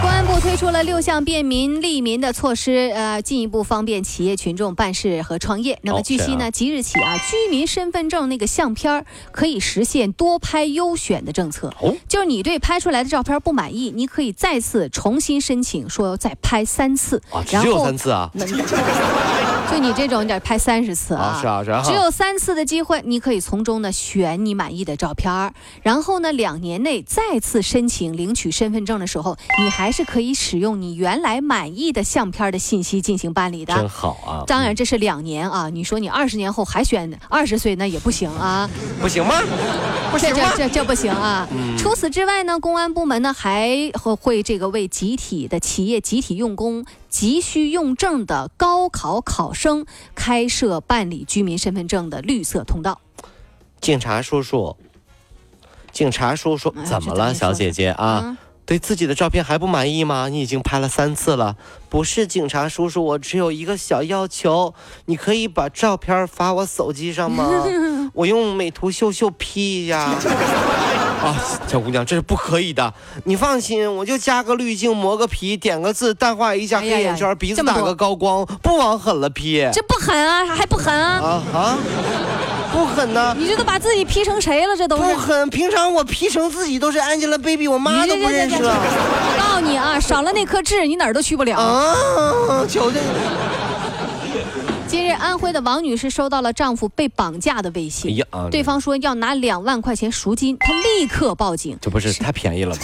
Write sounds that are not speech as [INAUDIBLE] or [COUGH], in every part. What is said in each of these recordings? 公安部推出了六项便民利民的措施，呃，进一步方便企业群众办事和创业。那哦么据悉这呢，样即日起啊，居民身份证那个相片儿可以实现多拍优选的政策。哦就是你对拍出来的照片不满意，你可以再次重新申请，说再拍三次，啊，只有三次啊！那你就你这种，你得拍三十次啊！啊是啊是啊只有三次的机会，你可以从中呢选你满意的照片儿，然后呢两年内再次申请领取身份证的时候，你还是可以使用你原来满意的相片儿的信息进行办理真的。好啊！当然这是两年啊，你说你二十年后还选二十岁那也不行啊。不行吗？不这行吗嗯这？这这不行啊！除此之外呢，公安部门呢还会会这个为集体的企业集体用工、急需用证的高考考生开设办理居民身份证的绿色通道。警察叔叔，警察叔叔哎，怎么了，这怎么说小的姐姐啊？对自己的照片还不满意吗？你已经拍了三次了。不是警察叔叔，我只有一个小要求，你可以把照片发我手机上 [LAUGHS] 吗？我用美图秀秀 P 一下。啊，小姑娘，这是不可以的。你放心，我就加个滤镜，磨个皮，点个字，淡化一下哎黑呀呀眼圈，鼻这子么打多个高光，不往狠了 P。这不狠啊，还不狠啊！啊啊，不狠呐、你这都把自己 P 成谁了？这都是不。狠，平常我 P 成自己都是 Angelababy，我妈你都这不这认这识啊这，了我告诉你啊，少了那颗痣，你哪儿都去不了。啊！求求近日，安徽的王女士收到了丈夫被绑架的威你！胁，呀啊对方说要拿两万块钱赎金，她立刻报警。这不是太便宜了 [LAUGHS] 吗？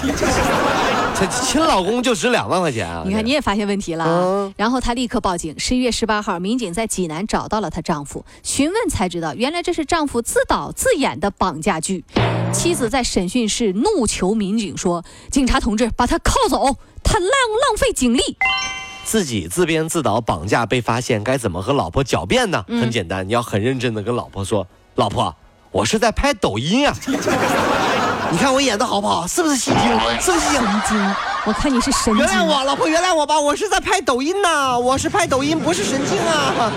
这亲老公就值两万块钱啊！你看，你也发现问题了、啊嗯，然后她立刻报警。十一月十八号，民警在济南找到了她丈夫，询问才知道，原来这是丈夫自导自演的绑架剧。妻子在审讯室怒求民警说：“警察同志，把他铐走，他浪浪费警力。自己自编自导绑架被发现，该怎么和老婆狡辩呢？很简单，你要很认真的跟老婆说，老婆，我是在拍抖音啊。 [LAUGHS] 你看我演的好不好？是不是戏精？ [LAUGHS] 是不是戏精？神经，我看你是神经原。谅我，老婆，原谅我吧，我是在拍抖音呐、我是拍抖音，不是神经啊。”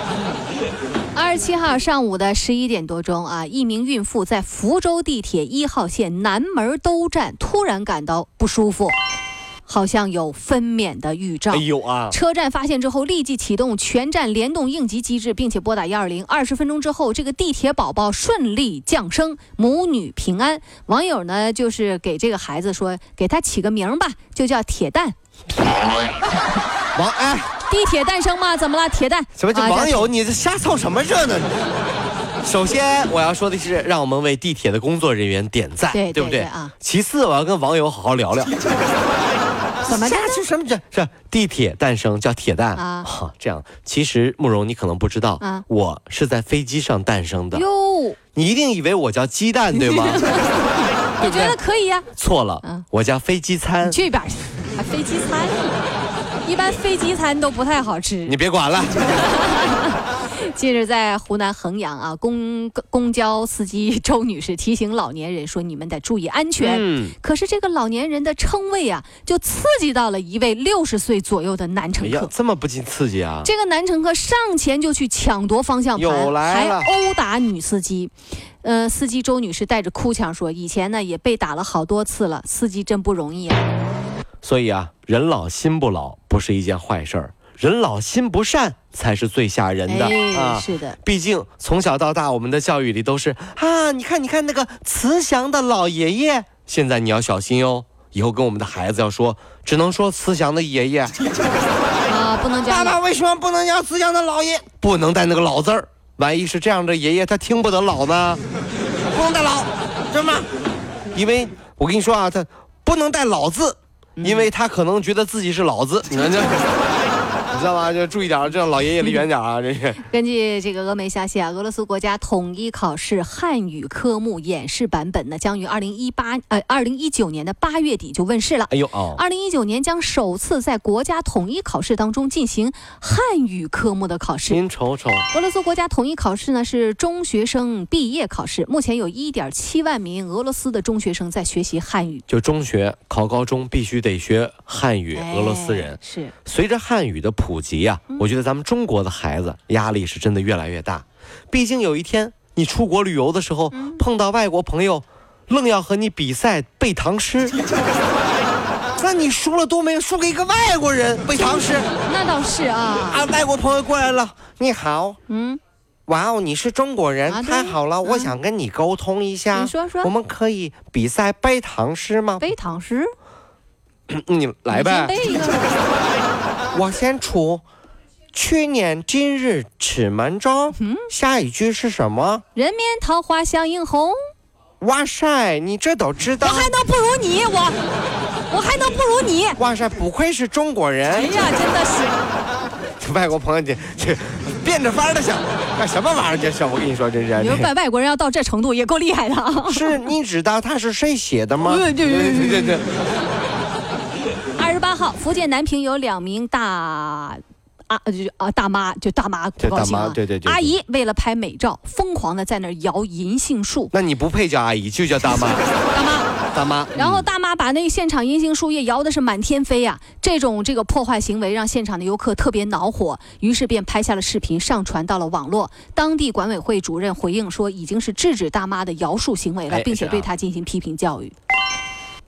二十七号上午的十一点多钟啊，一名孕妇在福州地铁一号线南门东站突然感到不舒服，好像有分娩的预兆。哎呦啊，车站发现之后，立即启动全站联动应急机制，并且拨打幺二零。二十分钟之后，这个地铁宝宝顺利降生，母女平安。网友呢，就是给这个孩子说，给他起个名儿吧，就叫铁蛋。 [LAUGHS] 王哎。地铁诞生嘛，怎么了？铁蛋？什么叫啊网？友？你这瞎凑什么热闹？首先，我要说的是，让我们为地铁的工作人员点赞，对不对对对啊其次，我要跟网友好好聊聊。怎么的下是什么？这是地铁诞生叫铁蛋啊哈这样，其实慕容你可能不知道，啊我是在飞机上诞生的。哟，你一定以为我叫鸡蛋对 [LAUGHS] 吗？我觉得可以呀、错了，嗯我叫飞机餐你。去一边儿去，啊，飞机餐。一般飞机餐都不太好吃。你别 [LAUGHS] 管了，近日，在湖南衡阳啊，公公交司机周女士提醒老年人说：“你们得注意安全。嗯可是这个老年人的称谓啊，就刺激到了一位六十岁左右的男哎乘呀客，。这么不禁刺激啊！这个男乘客上前就去抢夺方向盘，又来还了殴打女司机。呃，司机周女士带着哭腔说：“以前呢也被打了好多次了，司机真不容易啊。所以啊，人老心不老不是一件坏事儿，人老心不善才是最吓人的、哎，啊。是的，毕竟从小到大，我们的教育里都是啊，你看，你看那个慈祥的老爷爷。现在你要小心哦，以后跟我们的孩子要说，只能说慈祥的爷爷。啊，不能叫爸老爸为什么不能叫慈祥的老爷？不能带那个老字儿，万一是这样的爷爷，他听不得老呢。不能带老，知道吗？因为我跟你说啊，他嗯 [LAUGHS] 不能带老字，因为他可能觉得自己是老子。你看这，知道吗？就注意点儿，这样老爷爷离远点儿啊！真是，根据这个俄媒消息啊，俄罗斯国家统一考试汉语科目演示版本呢，将于二零一八呃二零一九年的八月底就问世了。哎呦哦，二零一九年将首次在国家统一考试当中进行汉语科目的考试。您瞅瞅，俄罗斯国家统一考试呢是中学生毕业考试，目前有一点七万名俄罗斯的中学生在学习汉语。就中学考高中必须得学汉语，俄罗斯人哎。是随着汉语的普及呀、嗯我觉得咱们中国的孩子压力是真的越来越大。毕竟有一天你出国旅游的时候，嗯碰到外国朋友，愣要和你比赛背唐 [LAUGHS] 诗，那你输了都没有，输给一个外国人背唐诗那倒是啊，啊！外国朋友过来了，你好，嗯，哇哦，你是中国人，啊对太好了，我想跟你沟通一下，你说说我们可以比赛背唐诗吗？嗯背唐诗，你来呗。你先背一个。我先出。去年今日此门中，下一句是什么？嗯人面桃花相映红，哇塞，你这都知道我？还能不如你，我我还能不如你。哇塞，不愧是中国哎人！呀，真的是，外国朋友，这这变着法儿的想干什么玩意儿？这是我哎跟你说，真是你说外外国人要到这程度也够厉害的啊！ [LAUGHS] 嗯是你知道他是谁写的吗？对对对对对，二十八号，福建南平有两名大啊，就是啊大妈，就大妈不对高兴大啊妈，对对对对阿姨为了拍美照，疯狂的在那儿摇银杏树，那你不配叫阿姨，就叫大妈，嗯大妈。 [LAUGHS] 大妈。然后大妈把那个现场银杏树叶摇的是满天飞呀、这种这个破坏行为让现场的游客特别恼火，于是便拍下了视频上传到了网络。当地管委会主任回应说，已经是制止大妈的摇树行为了，哎并且是啊对她进行批评教育。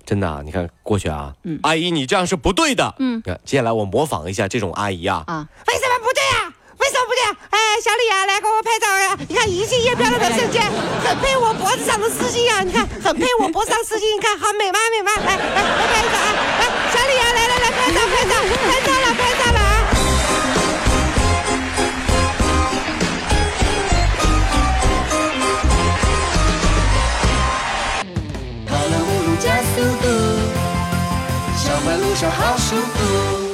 真的、啊，你看过去啊，嗯阿姨你这样是不对的。嗯你看，接下来我模仿一下这种阿姨啊，啊，为什么不对呀、为什么不对、啊？哎，小李啊，来给我拍照呀、你看银杏叶飘了的瞬间，很配我脖子上的丝巾啊呀、你看很配我脖子上丝巾，你看好美吗？美吗？来来，来拍一个啊！来，小李啊，来来来，拍照拍照拍照了拍照了啊！跑了五路加速度，上班路上好舒服。